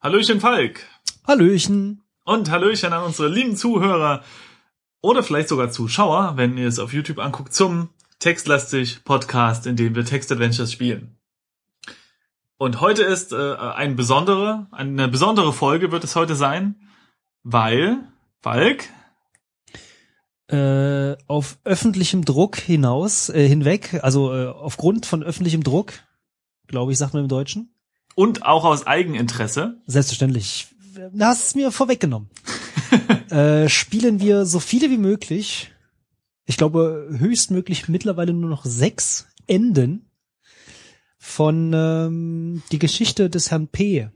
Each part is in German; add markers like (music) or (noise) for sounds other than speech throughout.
Hallöchen Falk Hallöchen. und Hallöchen an unsere lieben Zuhörer oder vielleicht sogar Zuschauer, wenn ihr es auf YouTube anguckt, zum textlastig Podcast, in dem wir Textadventures spielen. Und heute ist äh, ein besondere, eine besondere Folge wird es heute sein, weil Falk Äh, auf öffentlichem Druck hinaus, äh, hinweg, also äh, aufgrund von öffentlichem Druck, glaube ich, sagt man im Deutschen. und auch aus Eigeninteresse Selbstverständlich. Da hast du es mir vorweggenommen. äh, spielen wir so viele wie möglich. Ich glaube, höchstmöglich mittlerweile nur noch sechs Enden von ähm, die Geschichte des Herrn P.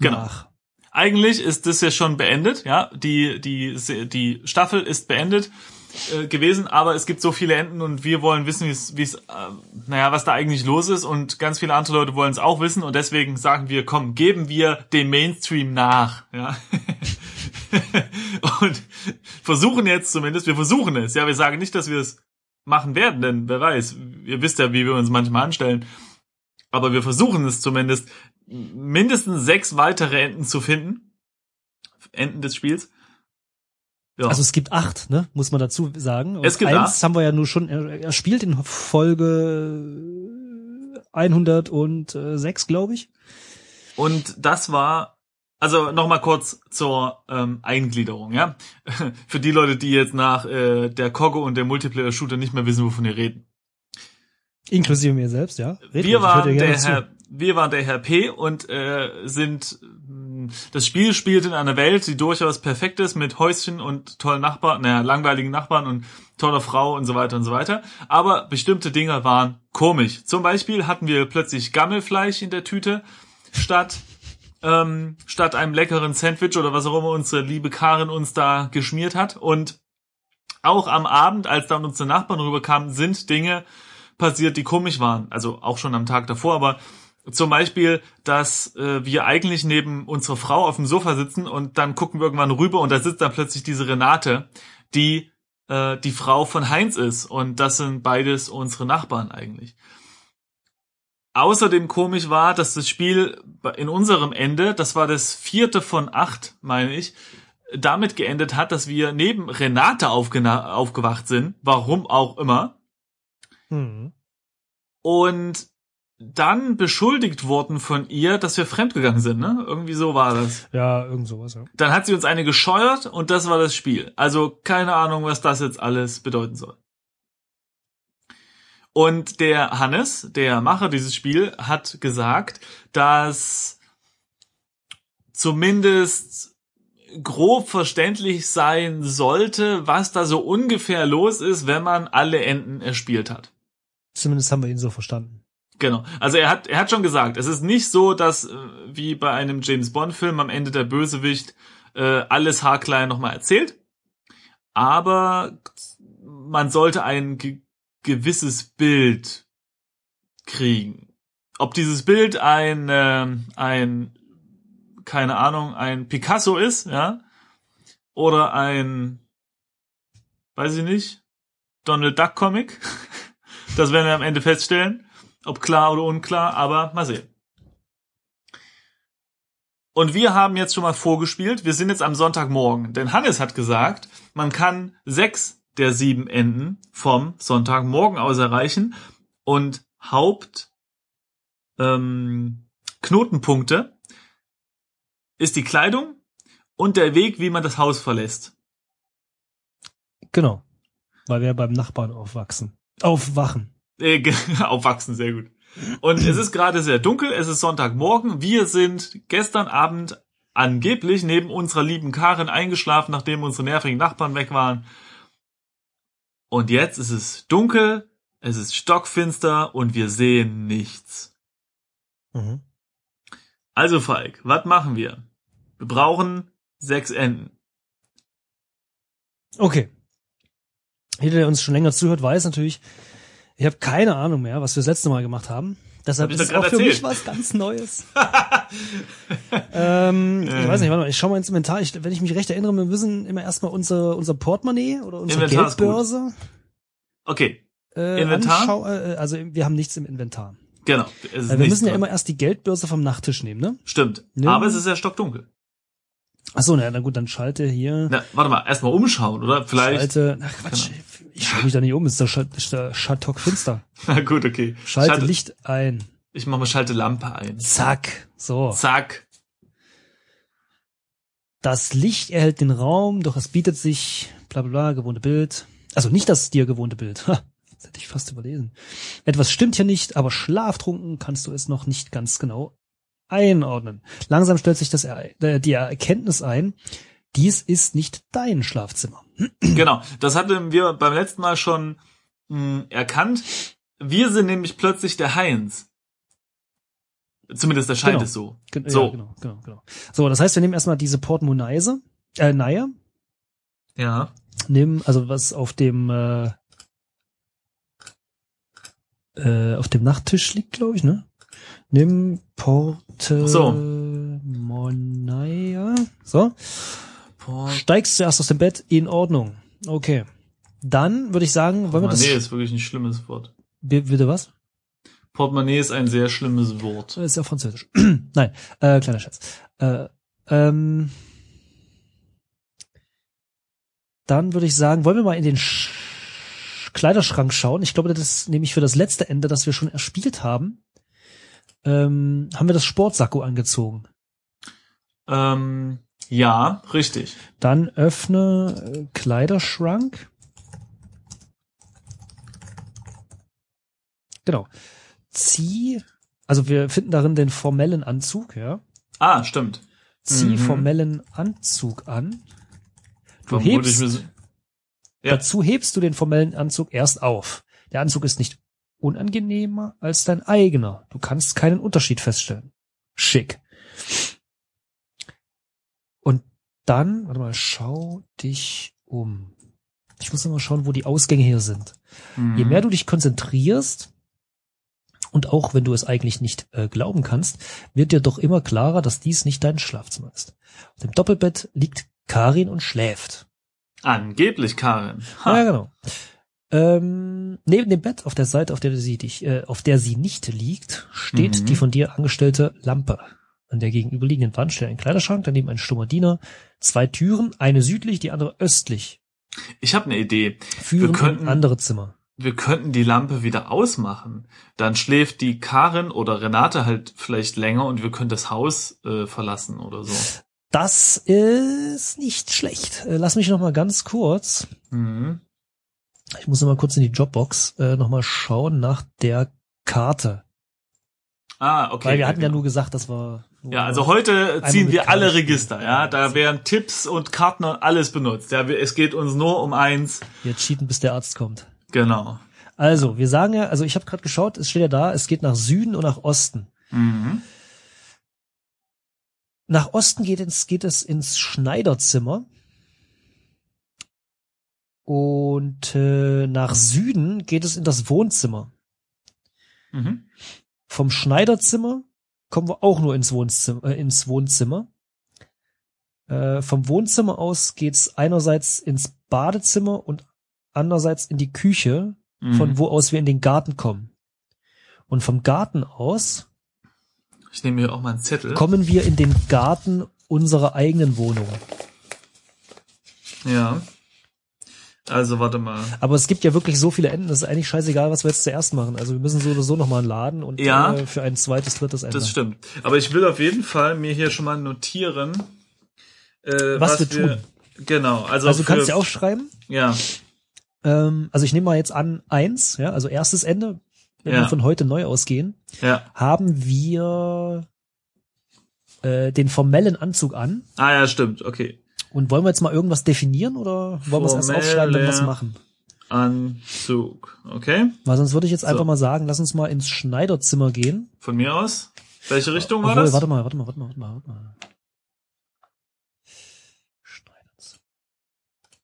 Genau. Nach. eigentlich ist das ja schon beendet, ja. Die, die, die Staffel ist beendet äh, gewesen, aber es gibt so viele Enden und wir wollen wissen, wie es, wie es, äh, naja, was da eigentlich los ist und ganz viele andere Leute wollen es auch wissen und deswegen sagen wir, komm, geben wir dem Mainstream nach, ja. (laughs) und versuchen jetzt zumindest, wir versuchen es, ja, wir sagen nicht, dass wir es machen werden, denn wer weiß, ihr wisst ja, wie wir uns manchmal anstellen, aber wir versuchen es zumindest, mindestens sechs weitere Enden zu finden. Enden des Spiels. Ja. Also es gibt acht, ne? Muss man dazu sagen. Und Es gibt eins haben wir ja nur schon er- erspielt in Folge 106, glaube ich. Und das war, also nochmal kurz zur ähm, Eingliederung, ja. (laughs) Für die Leute, die jetzt nach äh, der Kogge und der Multiplayer-Shooter nicht mehr wissen, wovon wir reden. Inklusive mir selbst, ja. Red ruhig, ich Wir höre waren, dir gerne der zu. Herr, wir waren der Herr P und äh, sind mh, das Spiel spielt in einer Welt, die durchaus perfekt ist, mit Häuschen und tollen Nachbarn, naja, langweiligen Nachbarn und toller Frau und so weiter und so weiter. Aber bestimmte Dinge waren komisch. Zum Beispiel hatten wir plötzlich Gammelfleisch in der Tüte statt ähm, statt einem leckeren Sandwich oder was auch immer unsere liebe Karin uns da geschmiert hat. Und auch am Abend, als dann unsere Nachbarn rüberkamen, sind Dinge passiert, die komisch waren. Also auch schon am Tag davor, aber zum Beispiel, dass äh, wir eigentlich neben unserer Frau auf dem Sofa sitzen und dann gucken wir irgendwann rüber und da sitzt dann plötzlich diese Renate, die äh, die Frau von Heinz ist. Und das sind beides unsere Nachbarn eigentlich außerdem komisch war, dass das Spiel in unserem Ende, das war das vierte von acht, meine ich, damit geendet hat, dass wir neben Renate aufgena- aufgewacht sind, warum auch immer, Hm. und dann beschuldigt wurden von ihr, dass wir fremdgegangen sind, ne? Irgendwie so war das. Ja, irgend sowas, ja. Dann hat sie uns eine gescheuert und das war das Spiel. Also keine Ahnung, was das jetzt alles bedeuten soll. Und der Hannes, der Macher dieses Spiel, hat gesagt, dass zumindest grob verständlich sein sollte, was da so ungefähr los ist, wenn man alle Enden erspielt hat. Zumindest haben wir ihn so verstanden. Genau. Also er hat, er hat schon gesagt, es ist nicht so, dass äh, wie bei einem James Bond-Film am Ende der Bösewicht äh, alles haarklein nochmal erzählt. Aber man sollte ein ge gewisses Bild kriegen. Ob dieses Bild ein, ähm, ein, keine Ahnung, ein Picasso ist, ja, oder ein, weiß ich nicht, Donald Duck Comic. (laughs) Das werden wir am Ende feststellen ob klar oder unklar, aber mal sehen. Und wir haben jetzt schon mal vorgespielt. Wir sind jetzt am Sonntagmorgen. Denn Hannes hat gesagt, man kann sechs der sieben Enden vom Sonntagmorgen aus erreichen. Und Haupt, ähm, Knotenpunkte ist die Kleidung und der Weg, wie man das Haus verlässt. Genau. Weil wir beim Nachbarn aufwachsen. Aufwachen. Äh, ge- (laughs) aufwachsen, sehr gut. Und es ist gerade sehr dunkel, es ist Sonntagmorgen. Wir sind gestern Abend angeblich neben unserer lieben Karin eingeschlafen, nachdem unsere nervigen Nachbarn weg waren. Und jetzt ist es dunkel, es ist stockfinster und wir sehen nichts. Mhm. Also Falk, was machen wir? Wir brauchen sechs Enden. Okay. Jeder, der uns schon länger zuhört, weiß natürlich, ich habe keine Ahnung mehr, was wir das letzte Mal gemacht haben. Deshalb Hab ich ist doch es auch gerade für erzählt. mich was (laughs) ganz Neues. ähm, Ich weiß nicht, warte mal, ich schau mal ins Inventar. Ich, wenn ich mich recht erinnere, wir müssen immer erstmal unser, unser Portemonnaie oder unsere Inventar ist gut. Geldbörse Okay, äh, Inventar? anschauen. Äh, also wir haben nichts im Inventar. Genau. Es ist Weil wir nichts müssen ja drin. immer erst die Geldbörse vom Nachttisch nehmen, ne? Stimmt. Ja. Aber es ist ja stockdunkel. Achso, na, na gut, dann schalte hier. Na, warte mal, erstmal umschauen, oder? Vielleicht. Schalte. Ach Quatsch, Genau. ich schalte mich da nicht um, ist der Schalt- ist der Schattock finster. (laughs) Na gut, okay. Schalte Licht ein. Ich mach mal schalte Lampe ein. Zack. So. Zack. Das Licht erhält den Raum, doch es bietet sich bla bla bla, gewohnte Bild. Also nicht das dir gewohnte Bild. Ha, das hätte ich fast überlesen. Etwas stimmt hier nicht, aber schlaftrunken kannst du es noch nicht ganz genau einordnen. Langsam stellt sich das Erei- äh, die Erkenntnis ein, dies ist nicht dein Schlafzimmer. Genau. Das hatten wir beim letzten Mal schon mh, erkannt. Wir sind nämlich plötzlich der Heinz. Zumindest erscheint Genau. es so. Gen- So. Ja, genau, genau, genau. So, das heißt, wir nehmen erstmal diese Portemonnaise, äh, Naja, Ja. nehmen, also was auf dem äh, äh, auf dem Nachttisch liegt, glaube ich, ne? Nimm Portemonnaie. So. Steigst zuerst aus dem Bett in Ordnung. Okay. Dann würde ich sagen, wollen wir das. Portemonnaie ist wirklich ein schlimmes Wort. Bi- Bitte was? Portemonnaie ist ein sehr schlimmes Wort. Das ist ja Französisch. (clears throat) Nein, äh, kleiner Scherz. Äh, ähm, dann würde ich sagen, wollen wir mal in den Sch Kleiderschrank schauen. Ich glaube, das ist nämlich für das letzte Ende, das wir schon erspielt haben, ähm, haben wir das Sportsacko angezogen. Ähm, ja, richtig. Dann öffne äh, Kleiderschrank. Genau. Zieh, also wir finden darin den formellen Anzug, ja. Ah, stimmt. zieh Mhm. formellen Anzug an. Du Warum wurde hebst- mir so- Ja. Dazu hebst du den formellen Anzug erst auf. Der Anzug ist nicht unangenehmer als dein eigener. Du kannst keinen Unterschied feststellen. Schick. Und dann, warte mal, schau dich um. Ich muss noch mal schauen, wo die Ausgänge hier sind. Je Mhm. mehr du dich konzentrierst, und auch wenn du es eigentlich nicht äh, glauben kannst, wird dir doch immer klarer, dass dies nicht dein Schlafzimmer ist. Auf dem Doppelbett liegt Karin und schläft. Angeblich, Karin. Ja, Ha. genau. Ähm, neben dem Bett, auf der Seite, auf der sie dich, äh, auf der sie nicht liegt, steht Mhm. die von dir angestellte Lampe. An der gegenüberliegenden Wand steht ein Kleiderschrank, daneben ein stummer Diener, zwei Türen, eine südlich, die andere östlich, Ich habe eine Idee. führen in könnten- andere Zimmer. Wir könnten die Lampe wieder ausmachen. Dann schläft die Karin oder Renate halt vielleicht länger und wir können das Haus äh, verlassen oder so. Das ist nicht schlecht. Äh, Lass mich noch mal ganz kurz. Mhm. Ich muss noch mal kurz in die Dropbox äh, noch mal schauen nach der Karte, Ah, okay. weil wir hatten ja genau. nur gesagt, dass wir Ja, also heute Einmal ziehen mit wir Karten alle spielen. Register, ja. Da werden Tipps und Karten und alles benutzt. Ja, wir, es geht uns nur um eins. wir cheaten, bis der Arzt kommt. Genau. Also, wir sagen ja, also ich habe gerade geschaut, es steht ja da, es geht nach Süden und nach Osten. Mhm. Nach Osten geht, ins, geht es ins Schneiderzimmer. Und äh, nach Süden geht es in das Wohnzimmer. Mhm. Vom Schneiderzimmer kommen wir auch nur ins Wohnzimmer. Äh, ins Wohnzimmer. Äh, vom Wohnzimmer aus geht's einerseits ins Badezimmer und andererseits in die Küche, Mhm. von wo aus wir in den Garten kommen. Und vom Garten aus Ich nehme hier auch mal einen Zettel. kommen wir in den Garten unserer eigenen Wohnung. Ja. Also warte mal. Aber es gibt ja wirklich so viele Enden, das ist eigentlich scheißegal, was wir jetzt zuerst machen. Also wir müssen so oder so nochmal einen Laden und Ja. äh, für ein zweites, drittes Ende. Das stimmt. Aber ich will auf jeden Fall mir hier schon mal notieren, äh, Was wir Genau. Also, Also du kannst für- ja aufschreiben. Ja. Ähm, also ich nehme mal jetzt an eins, ja, also erstes Ende, wenn Ja. wir von heute neu ausgehen, Ja. haben wir äh, den formellen Anzug an. Ah ja, stimmt. Okay. Und wollen wir jetzt mal irgendwas definieren oder wollen wir es erst aufschreiben, dann was Formelle- machen? Anzug. Okay. Weil sonst würde ich jetzt einfach So. mal sagen, lass uns mal ins Schneiderzimmer gehen. Von mir aus. Welche Richtung war Obwohl, das? warte mal, warte mal, warte mal, warte mal. Warte mal. Schneiderzimmer.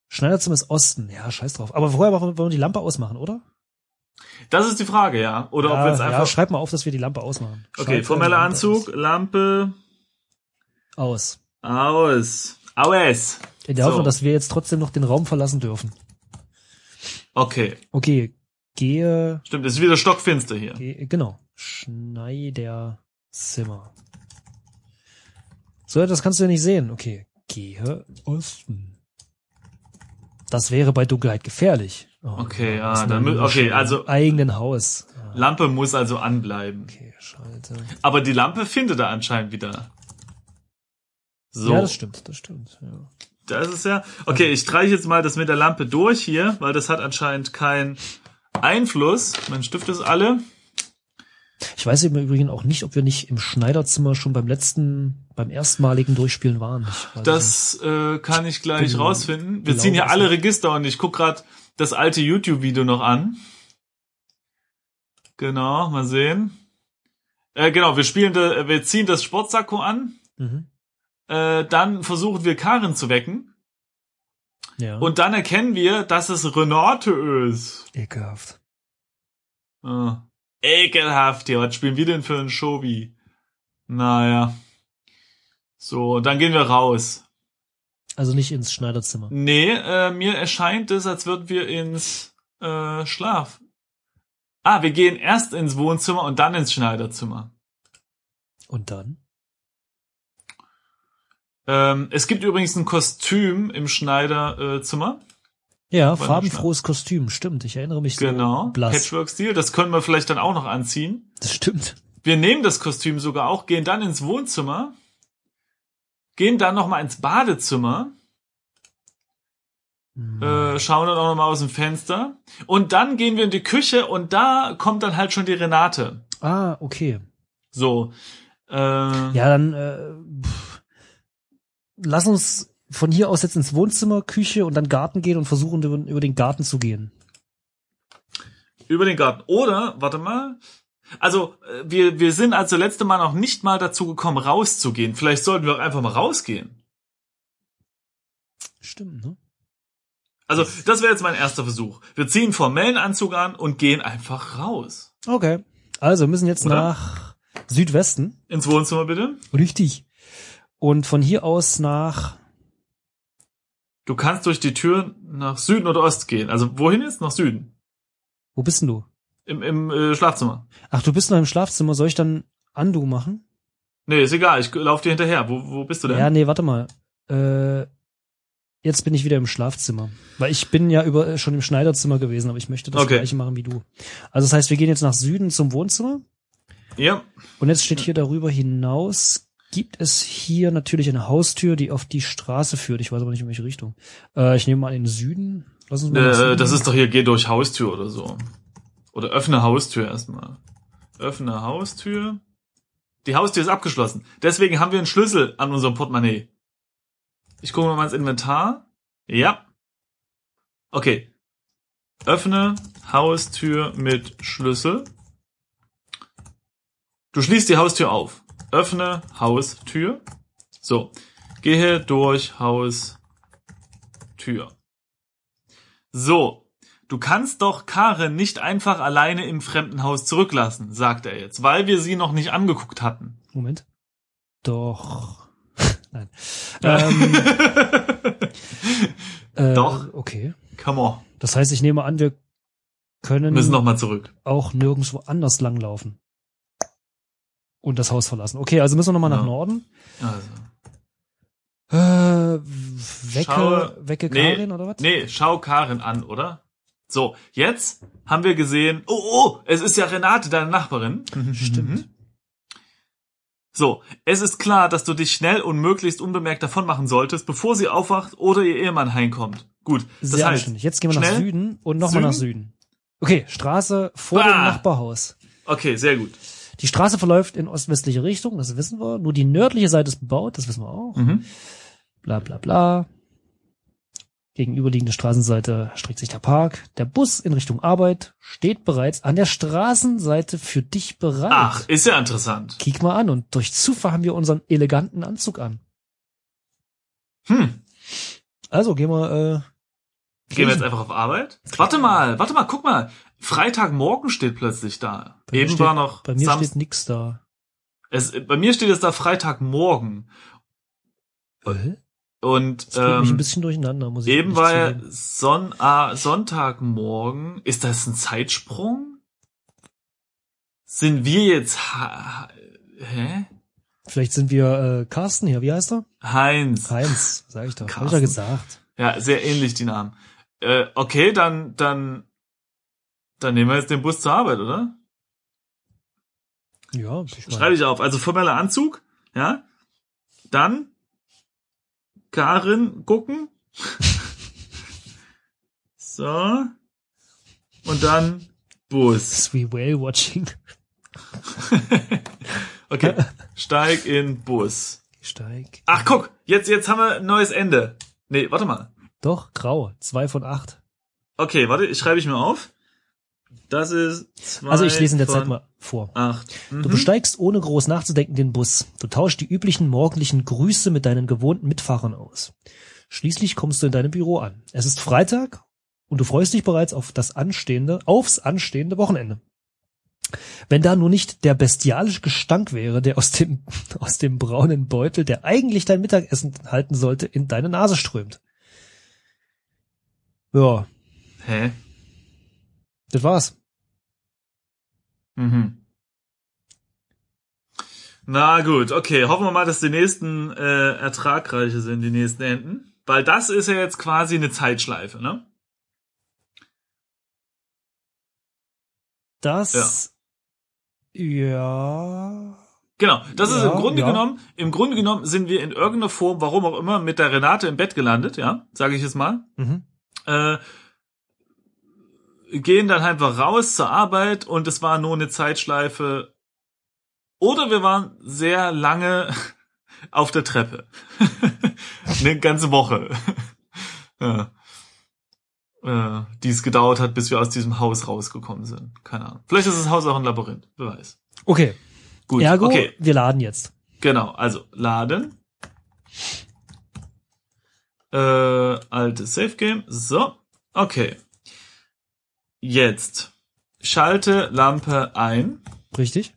Schneiderzimmer ist Osten. Ja, scheiß drauf. Aber vorher machen wir- wollen wir die Lampe ausmachen, oder? Das ist die Frage, ja. Oder ob ja, halt wir jetzt ja, einfach. schreib mal auf, dass wir die Lampe ausmachen. okay, Schreib äh, die formeller Lampe Anzug, Lampe Aus. aus. aus. Aus. In der So. Hoffnung, dass wir jetzt trotzdem noch den Raum verlassen dürfen. Okay. Okay, gehe, Stimmt, es ist wieder stockfinster hier. gehe genau. Schneiderzimmer. So, das kannst du ja nicht sehen. Okay. Gehe Osten. Das wäre bei Dunkelheit gefährlich. Oh, Okay, das ja, ist dann, mein mü- okay, Überschritt. also eigenen Haus. Ja, Lampe muss also anbleiben. Okay, Schalte. Aber die Lampe findet er anscheinend wieder. So, Ja, das das, stimmt, das stimmt. Ja. ist ja. Okay, ich streiche jetzt mal das mit der Lampe durch hier, weil das hat anscheinend keinen Einfluss. Mein Stift ist alle. Ich weiß im Übrigen auch nicht, ob wir nicht im Schneiderzimmer schon beim letzten, beim erstmaligen Durchspielen waren. Ich weiß nicht. Das äh, kann ich gleich bin- rausfinden. Wir glaube, ziehen hier es alle hat- Register und ich guck gerade das alte YouTube-Video noch an. Genau, mal sehen. Äh, genau, wir spielen, da- äh, wir ziehen das Sportsakko an. Mhm. Äh, dann versuchen wir Karin zu wecken Ja. und dann erkennen wir, dass es Renate ist. Ekelhaft. Ah. Ekelhaft, ja, was spielen wir denn für einen Shobi? Naja. So, dann gehen wir raus. Also nicht ins Schneiderzimmer. Nee, äh, mir erscheint es, als würden wir ins äh, Schlaf. Ah, wir gehen erst ins Wohnzimmer und dann ins Schneiderzimmer. Und dann? Ähm, es gibt übrigens ein Kostüm im Schneiderzimmer. Ja, Beim farbenfrohes Kostüm, stimmt. Ich erinnere mich so genau. blass. Patchwork-Stil. Das können wir vielleicht dann auch noch anziehen. Das stimmt. Wir nehmen das Kostüm sogar auch, gehen dann ins Wohnzimmer, gehen dann nochmal ins Badezimmer, Hm. äh, schauen dann auch nochmal aus dem Fenster und dann gehen wir in die Küche und da kommt dann halt schon die Renate. Ah, okay. So. Äh, ja. Ja, dann äh, pff. lass uns von hier aus jetzt ins Wohnzimmer, Küche und dann Garten gehen und versuchen über, über den Garten zu gehen. Über den Garten. Oder, warte mal. Also, äh, wir, wir sind also letzte Mal noch nicht mal dazu gekommen, rauszugehen. Vielleicht sollten wir auch einfach mal rausgehen. Stimmt, ne? Also, das wäre jetzt mein erster Versuch. Wir ziehen formellen Anzug an und gehen einfach raus. Okay. Also, wir müssen jetzt Oder? nach Südwesten. Ins Wohnzimmer bitte. Richtig. Und von hier aus nach, Du kannst durch die Tür nach Süden oder Ost gehen. Also wohin jetzt? Nach Süden. wo bist denn du? Im, im äh, Schlafzimmer. Ach, du bist noch im Schlafzimmer, soll ich dann Andu machen? Nee, ist egal. Ich laufe dir hinterher. Wo, wo bist du denn? Ja, nee, warte mal. Äh, jetzt bin ich wieder im Schlafzimmer. Weil ich bin ja über, schon im Schneiderzimmer gewesen, aber ich möchte das Okay. gleiche machen wie du. Also das heißt, wir gehen jetzt nach Süden zum Wohnzimmer. ja. Und jetzt steht hier darüber hinaus, gibt es hier natürlich eine Haustür, die auf die Straße führt. Ich weiß aber nicht, in welche Richtung. Äh, ich nehme mal in den Süden. Lass uns mal nach Äh, Süden das gehen. ist doch hier, geh durch Haustür oder so. Oder öffne Haustür erstmal. Öffne Haustür. Die Haustür ist abgeschlossen. Deswegen haben wir einen Schlüssel an unserem Portemonnaie. Ich gucke mal ins Inventar. Ja. Okay. Öffne Haustür mit Schlüssel. Du schließt die Haustür auf. Öffne Haustür. So. Gehe durch Haustür. So, du kannst doch Karen nicht einfach alleine im fremden Haus zurücklassen, sagt er jetzt, weil wir sie noch nicht angeguckt hatten. (laughs) Moment. Doch. (laughs) Nein. Ähm, äh, Doch. Okay. Come on, Das heißt, ich nehme an, wir können müssen nochmal zurück. auch nirgendwo anders langlaufen. Und das Haus verlassen. Okay, also müssen wir nochmal Ja. nach Norden. Also. Äh, wecke, Schaue- wecke Nee. Karin oder was? Nee, schau Karen an, oder? So, jetzt haben wir gesehen, oh, oh, es ist ja Renate, deine Nachbarin. Mhm. Mhm. Stimmt. So, es ist klar, dass du dich schnell und möglichst unbemerkt davon machen solltest, bevor sie aufwacht oder ihr Ehemann heimkommt. Gut, das Sehr heißt, anständig. Jetzt gehen wir nach schnell. Süden und nochmal Süden. nach Süden. Okay, Straße vor dem Ah. Nachbarhaus. okay, sehr gut. Die Straße verläuft in ostwestliche Richtung, das wissen wir. Nur die nördliche Seite ist bebaut, das wissen wir auch. Mhm. bla bla bla. Gegenüberliegende Straßenseite streckt sich der Park. Der Bus in Richtung Arbeit steht bereits an der Straßenseite für dich bereit. Ach, ist ja interessant. Kick mal an und durch Zufall haben wir unseren eleganten Anzug an. Hm. Also gehen wir, äh, Gehen wir jetzt einfach auf Arbeit? Warte mal, warte mal, guck mal. Freitagmorgen steht plötzlich da. Bei mir Eben steht- war noch Bei mir Samst- steht nix da. es, bei mir steht es da Freitagmorgen. Äh? Und Das bringt mich ein ähm, bisschen durcheinander, muss ich eben ehrlich war ja zugeben. Son ah, Sonntagmorgen. Ist das ein Zeitsprung? Sind wir jetzt ha hä? Vielleicht sind wir äh, Carsten hier, wie heißt er? Heinz. Heinz, sag ich doch. Hab ich Carsten. ja gesagt. Ja, sehr ähnlich die Namen. Äh, okay, dann dann dann nehmen wir jetzt den Bus zur Arbeit, oder? Ja, ich meine, Schreibe ich auf. Also formeller Anzug, ja. Dann Karin gucken. (laughs) so. Und dann Bus. das wie Whale Watching. Okay. Steig in Bus. Steig. Ach, guck, jetzt, jetzt haben wir ein neues Ende. Nee, warte mal. Doch, grau. Zwei von acht. Okay, warte, ich schreibe ich mir auf. Das ist zwei Also ich lese in der von Zeit mal vor. Acht. Mhm. Du besteigst ohne groß nachzudenken den Bus. Du tauschst die üblichen morgendlichen Grüße mit deinen gewohnten Mitfahrern aus. Schließlich kommst du in deinem Büro an. Es ist Freitag und du freust dich bereits auf das anstehende, aufs anstehende Wochenende. Wenn da nur nicht der bestialische Gestank wäre, der aus dem, (laughs) aus dem braunen Beutel, der eigentlich dein Mittagessen halten sollte, in deine Nase strömt. Ja, Mhm. Hä? das war's. Mhm. Na gut, okay. Hoffen wir mal, dass die nächsten äh, ertragreiche sind, die nächsten Enden. Weil das ist ja jetzt quasi eine Zeitschleife, ne? Das, ja. Genau, das ist Ja, im Grunde ja. genommen, im Grunde genommen sind wir in irgendeiner Form, warum auch immer, mit der Renate im Bett gelandet, ja, sage ich jetzt mal. Mhm. Äh, gehen dann einfach raus zur Arbeit und es war nur eine Zeitschleife. Oder wir waren sehr lange (laughs) auf der Treppe. (laughs) eine ganze Woche. (laughs) ja. äh, die es gedauert hat, bis wir aus diesem Haus rausgekommen sind. Keine Ahnung. Vielleicht ist das Haus auch ein Labyrinth, wer weiß. Okay. Gut, Ergo, okay. wir laden jetzt. Genau, also laden. Äh, altes Safe Game. So, okay. Jetzt schalte Lampe ein. Richtig?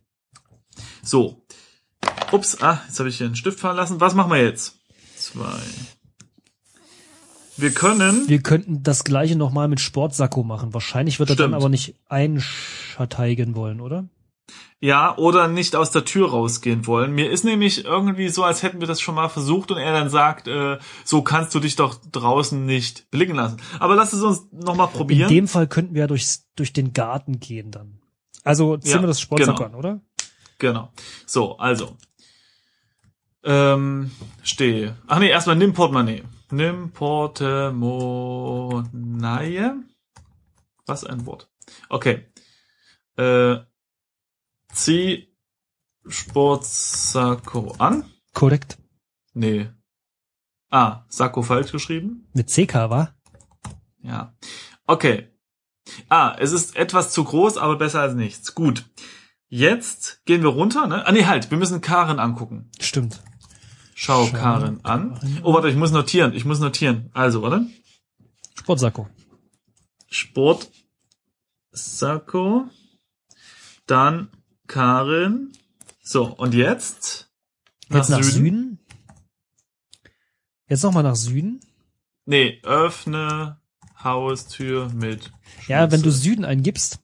So. Ups, ah, jetzt habe ich hier einen Stift fallen lassen. Was machen wir jetzt? Zwei. Wir können. Wir könnten das gleiche nochmal mit Sportsacko machen. Wahrscheinlich wird er dann Stimmt. aber nicht einschateigen wollen, oder? Ja, oder nicht aus der Tür rausgehen wollen. Mir ist nämlich irgendwie so, als hätten wir das schon mal versucht und er dann sagt, äh, so kannst du dich doch draußen nicht blicken lassen. Aber lass es uns nochmal In probieren. dem Fall könnten wir ja durchs, durch den Garten gehen dann. Also ziehen Ja, wir das Sportsacko genau. an, oder? genau. So, also. Ähm, stehe. Ach nee, erstmal nimm Portemonnaie. Nimm Portemonnaie. Was ein Wort. Okay. Äh, zieh Sportsacko an. Korrekt. Nee. Ah, Sakko falsch geschrieben? Mit CK, war? Ja. Okay. Ah, es ist etwas zu groß, aber besser als nichts. Gut. Jetzt gehen wir runter, ne? Ah, nee, halt, wir müssen Karen angucken. Stimmt. Schau, Schau Karen an. Karen Oh, warte, ich muss notieren, ich muss notieren. Also, warte. Sportsacko. Sport, Sakko, dann Karen. So, und jetzt? Jetzt nach Süden. Jetzt nochmal nach Süden. Nee, öffne Haustür mit Ja, wenn du Schlüssel. Süden eingibst,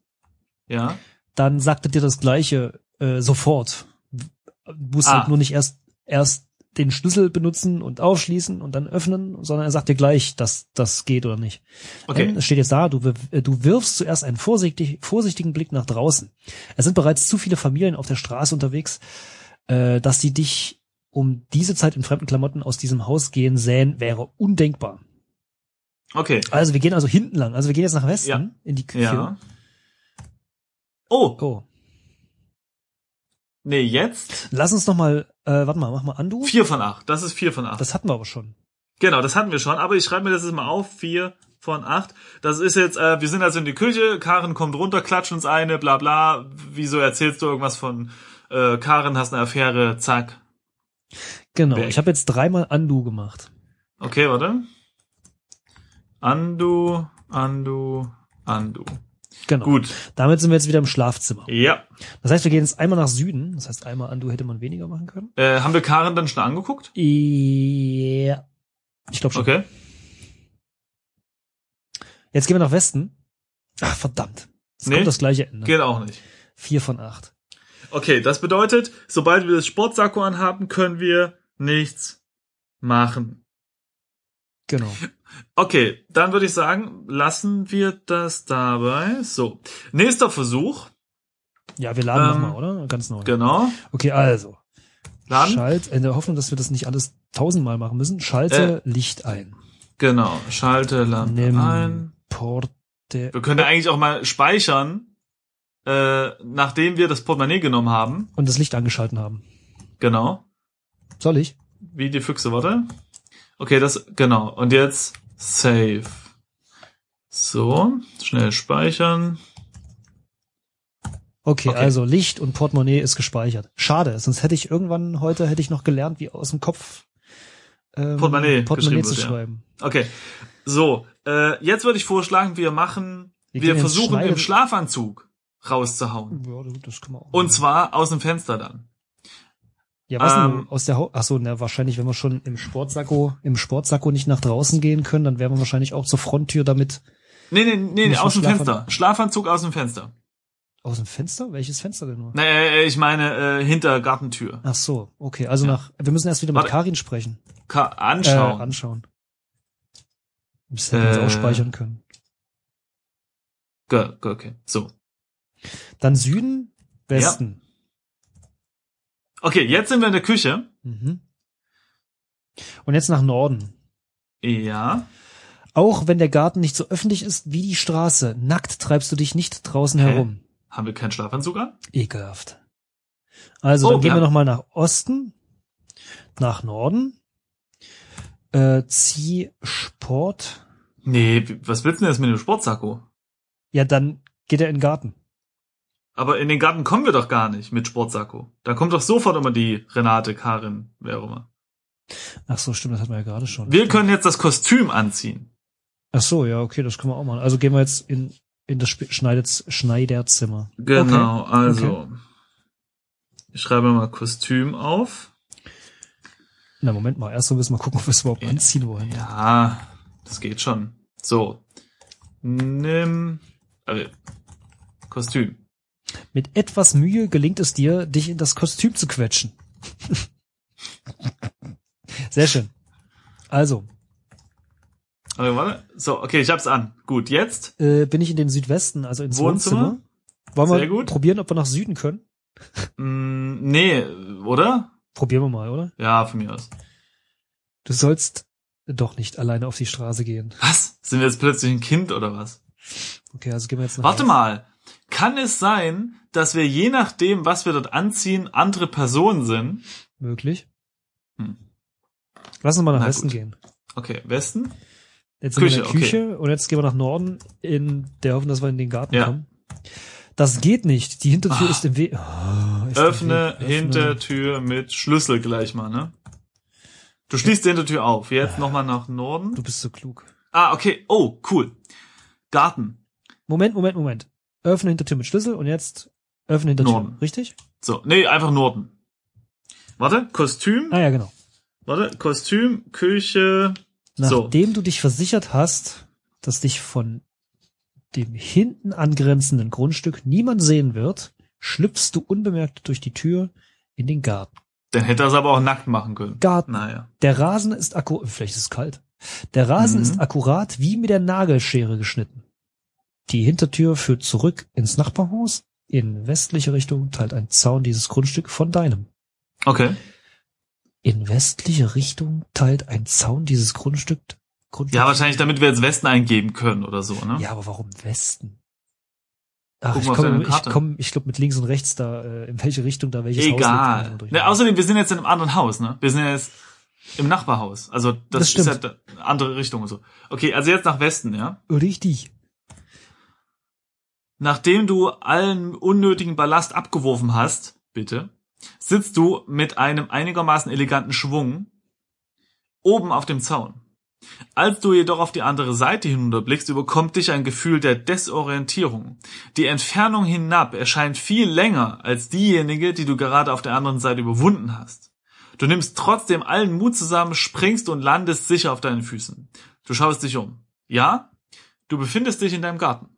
Ja? dann sagt er dir das Gleiche äh, sofort. Du musst Ah. halt nur nicht erst erst den Schlüssel benutzen und aufschließen und dann öffnen, sondern er sagt dir gleich, dass das geht oder nicht. Okay. Ähm, Es steht jetzt da, du, wir- äh, du wirfst zuerst einen vorsichtig, vorsichtigen Blick nach draußen. Es sind bereits zu viele Familien auf der Straße unterwegs, äh, dass sie dich um diese Zeit in fremden Klamotten aus diesem Haus gehen sähen, wäre undenkbar. Okay. Also wir gehen also hinten lang. Also wir gehen jetzt nach Westen Ja. in die Küche. Ja. Oh, Oh. nee, jetzt? Lass uns noch mal, äh, warte mal, mach mal Andu. vier von acht. Das ist vier von acht. Das hatten wir aber schon. genau, das hatten wir schon, aber ich schreibe mir das jetzt mal auf. vier von acht. Das ist jetzt, äh, wir sind also in die Küche, Karen kommt runter, klatscht uns eine, bla bla. Wieso erzählst du irgendwas von äh, Karen, hast eine Affäre, zack. Genau. Weg. Ich habe jetzt dreimal Andu gemacht. Okay, warte. Andu, Andu, Andu. Genau. Gut. Damit sind wir jetzt wieder im Schlafzimmer. Ja. Das heißt, wir gehen jetzt einmal nach Süden. Das heißt, einmal Andu hätte man weniger machen können. Äh, haben wir Karen dann schon angeguckt? Ja. Ich glaube schon. Okay. Jetzt gehen wir nach Westen. Ach, verdammt. Es Nee. kommt das gleiche Genau. Ende. Geht auch nicht. Vier von acht. Okay, das bedeutet, sobald wir das Sportsakko anhaben, können wir nichts machen. Genau. Okay, dann würde ich sagen, lassen wir das dabei. So, nächster Versuch. Ja, wir laden Ähm, nochmal, oder? Ganz neu. Genau. Okay, also. Laden. Schalt, in der Hoffnung, dass wir das nicht alles tausendmal machen müssen, schalte Äh. Licht ein. Genau. Schalte Lampe Nimm ein. Porte. Wir können ja eigentlich auch mal speichern, äh, nachdem wir das Portemonnaie genommen haben. Und das Licht angeschalten haben. Genau. Soll ich? Wie die Füchse, warte. Okay, das, genau. Und jetzt save. So, schnell speichern. Okay, Okay. also Licht und Portemonnaie ist gespeichert. Schade, sonst hätte ich irgendwann heute hätte ich noch gelernt, wie aus dem Kopf ähm, Portemonnaie geschrieben zu wird, ja. schreiben. Okay. So, äh, jetzt würde ich vorschlagen, wir machen, wir, Wir gehen ins versuchen Schneiden. im Schlafanzug rauszuhauen. Ja, das kann man auch. Und machen. zwar aus dem Fenster dann. ja, was denn ähm, aus der Haut? Ach so, na wahrscheinlich, wenn wir schon im Sportsacko, im Sportsacko nicht nach draußen gehen können, dann wären wir wahrscheinlich auch zur Fronttür damit Nee, nee, nee, nee Nicht aus dem Schlafan- Fenster. Schlafanzug aus dem Fenster. aus dem Fenster. Welches Fenster denn nur? Nee, äh, ich meine äh, hinter Gartentür. Ach so, okay, also Ja. nach. Wir müssen erst wieder mit Warte. Karin sprechen. Ka anschauen. Äh, anschauen. Das hätten wir uns Äh. auch speichern können. Ge- ge- okay, so. Dann Süden, Westen. Okay, jetzt sind wir in der Küche. Mhm. Und jetzt nach Norden. Ja. Auch wenn der Garten nicht so öffentlich ist wie die Straße, nackt treibst du dich nicht draußen Hä? herum. Haben wir keinen Schlafanzug an? Ekelhaft. Also, Oh, dann gehen ja. wir nochmal nach Osten, nach Norden, äh, zieh Sport. Nee, wie- was willst du denn jetzt mit dem Sportsacko? Ja, dann geht er in den Garten. Aber in den Garten kommen wir doch gar nicht mit Sportsacko. Da kommt doch sofort immer die Renate, Karin, wer auch immer. Ach so, stimmt, das hatten wir ja gerade schon. Wir können jetzt das Kostüm anziehen. Ach so, ja, okay, das können wir auch machen. Also gehen wir jetzt in, in das Sp- Schneidez- Schneiderzimmer. Genau, also. Ich schreibe mal Kostüm auf. Na, Moment mal, erst so müssen wir gucken, ob wir es überhaupt anziehen wollen. Ja, das geht schon. So. Nimm. Äh, Kostüm. Mit etwas Mühe gelingt es dir, dich in das Kostüm zu quetschen. (laughs) Sehr schön. Also, Okay, Also, warte. So, okay, ich hab's an. Gut, jetzt. äh, bin ich in den Südwesten, also ins Wohnzimmer. Wohnzimmer? Wollen Sehr wir gut. probieren, ob wir nach Süden können? Mm, nee, oder? Probieren wir mal, oder? Ja, von mir aus. Du sollst doch nicht alleine auf die Straße gehen. Was? Sind wir jetzt plötzlich ein Kind oder was? Okay, also gehen wir jetzt nach Warte mal. Kann es sein, dass wir je nachdem, was wir dort anziehen, andere Personen sind? Möglich. Hm. Lass uns mal nach Na Westen gut. gehen. Okay, Westen? Jetzt sind wir Küche, in der okay. Küche und jetzt gehen wir nach Norden in der Hoffnung, dass wir in den Garten Ja. kommen. Das geht nicht. Die Hintertür Ah. ist im Weg. Ah, ist im Öffne Weg. Hintertür mit Schlüssel gleich mal, ne? Du schließt die Hintertür auf. Jetzt nochmal nach Norden. Du bist so klug. Ah, okay. Oh, cool. Garten. Moment, Moment, Moment. Öffne Hintertür mit Schlüssel und jetzt öffne Hintertür. Norden. Richtig? So, nee, einfach Norden. Warte, Kostüm. Ah ja, genau. Warte, Kostüm, Küche. So. Nachdem du dich versichert hast, dass dich von dem hinten angrenzenden Grundstück niemand sehen wird, schlüpfst du unbemerkt durch die Tür in den Garten. Dann hätte er es aber auch nackt machen können. Garten. Naja. Der Rasen ist akku vielleicht ist es kalt. Der Rasen Mhm. ist akkurat wie mit der Nagelschere geschnitten. Die Hintertür führt zurück ins Nachbarhaus. In westliche Richtung teilt ein Zaun dieses Grundstück von deinem. Okay. In westliche Richtung teilt ein Zaun dieses Grundstück. Grundstück Ja, wahrscheinlich, damit wir jetzt Westen eingeben können oder so, ne? Ja, aber warum Westen? Ach, Guck ich mal auf komme, deine ich Karte. komme, ich glaube mit links und rechts da, äh, in welche Richtung da welches Haus Egal. liegt. kann ich mal Ne, durchmachen. außerdem, wir sind jetzt in einem anderen Haus, ne? Wir sind ja jetzt im Nachbarhaus. Also Das das, ist stimmt. ja da- andere Richtung und so. Okay, also jetzt nach Westen, ja? Richtig. Nachdem du allen unnötigen Ballast abgeworfen hast, bitte, sitzt du mit einem einigermaßen eleganten Schwung oben auf dem Zaun. Als du jedoch auf die andere Seite hinunterblickst, überkommt dich ein Gefühl der Desorientierung. Die Entfernung hinab erscheint viel länger als diejenige, die du gerade auf der anderen Seite überwunden hast. Du nimmst trotzdem allen Mut zusammen, springst und landest sicher auf deinen Füßen. Du schaust dich um. Ja, du befindest dich in deinem Garten.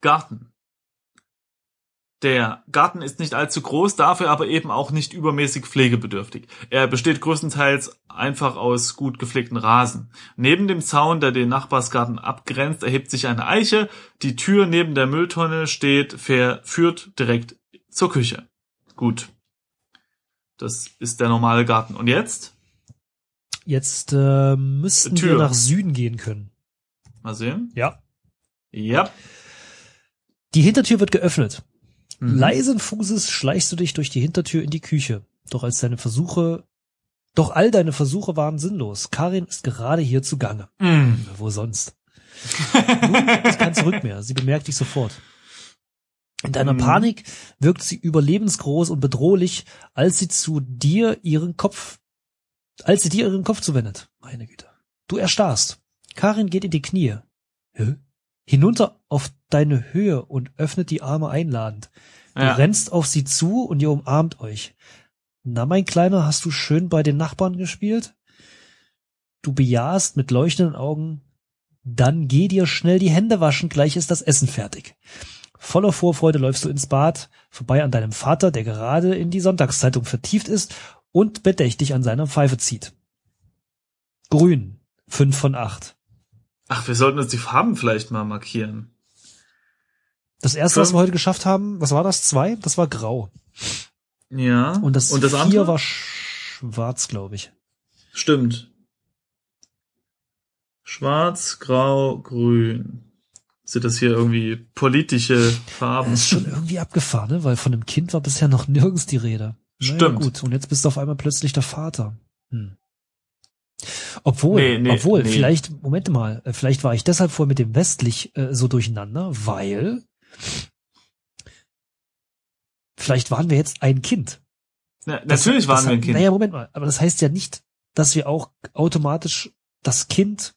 Garten. Der Garten ist nicht allzu groß, dafür aber eben auch nicht übermäßig pflegebedürftig. Er besteht größtenteils einfach aus gut gepflegten Rasen. Neben dem Zaun, der den Nachbarsgarten abgrenzt, erhebt sich eine Eiche. Die Tür neben der Mülltonne steht, ver- führt direkt zur Küche. Gut. Das ist der normale Garten. Und jetzt? Jetzt äh, müssten Tür. wir nach Süden gehen können. Mal sehen. Ja. Ja. Die Hintertür wird geöffnet. Mhm. Leisen Fußes schleichst du dich durch die Hintertür in die Küche. Doch als deine Versuche, doch all deine Versuche waren sinnlos. Karin ist gerade hier zugange. Mhm. (laughs) Wo sonst? Nun gibt es kein Zurück mehr. Sie bemerkt dich sofort. In deiner Mhm. Panik wirkt sie überlebensgroß und bedrohlich, als sie zu dir ihren Kopf, als sie dir ihren Kopf zuwendet. Meine Güte. Du erstarrst. Karin geht in die Knie. Hä? Hinunter auf deine Höhe und öffnet die Arme einladend. Du Ja. rennst auf sie zu und ihr umarmt euch. Na, mein Kleiner, hast du schön bei den Nachbarn gespielt? Du bejahst mit leuchtenden Augen. Dann geh dir schnell die Hände waschen, gleich ist das Essen fertig. Voller Vorfreude läufst du ins Bad, vorbei an deinem Vater, der gerade in die Sonntagszeitung vertieft ist und bedächtig an seiner Pfeife zieht. Grün, fünf von acht. Ach, wir sollten uns die Farben vielleicht mal markieren. Das erste, was wir heute geschafft haben, was war das? Zwei? Das war grau. Ja. Und das, Und das vier andere? war schwarz, glaube ich. Stimmt. Schwarz, Grau, Grün. Sind das hier irgendwie politische Farben? Das ist schon irgendwie abgefahren, ne? weil von dem Kind war bisher noch nirgends die Rede. Naja, Stimmt. gut, und jetzt bist du auf einmal plötzlich der Vater. Hm. Obwohl, Nee, nee, obwohl, nee. vielleicht, Moment mal, äh, vielleicht war ich deshalb vorher mit dem westlich äh, so durcheinander, weil vielleicht waren wir jetzt ein Kind. Na, Das- natürlich waren das, wir ein Kind. Naja, Moment mal, aber das heißt ja nicht, dass wir auch automatisch das Kind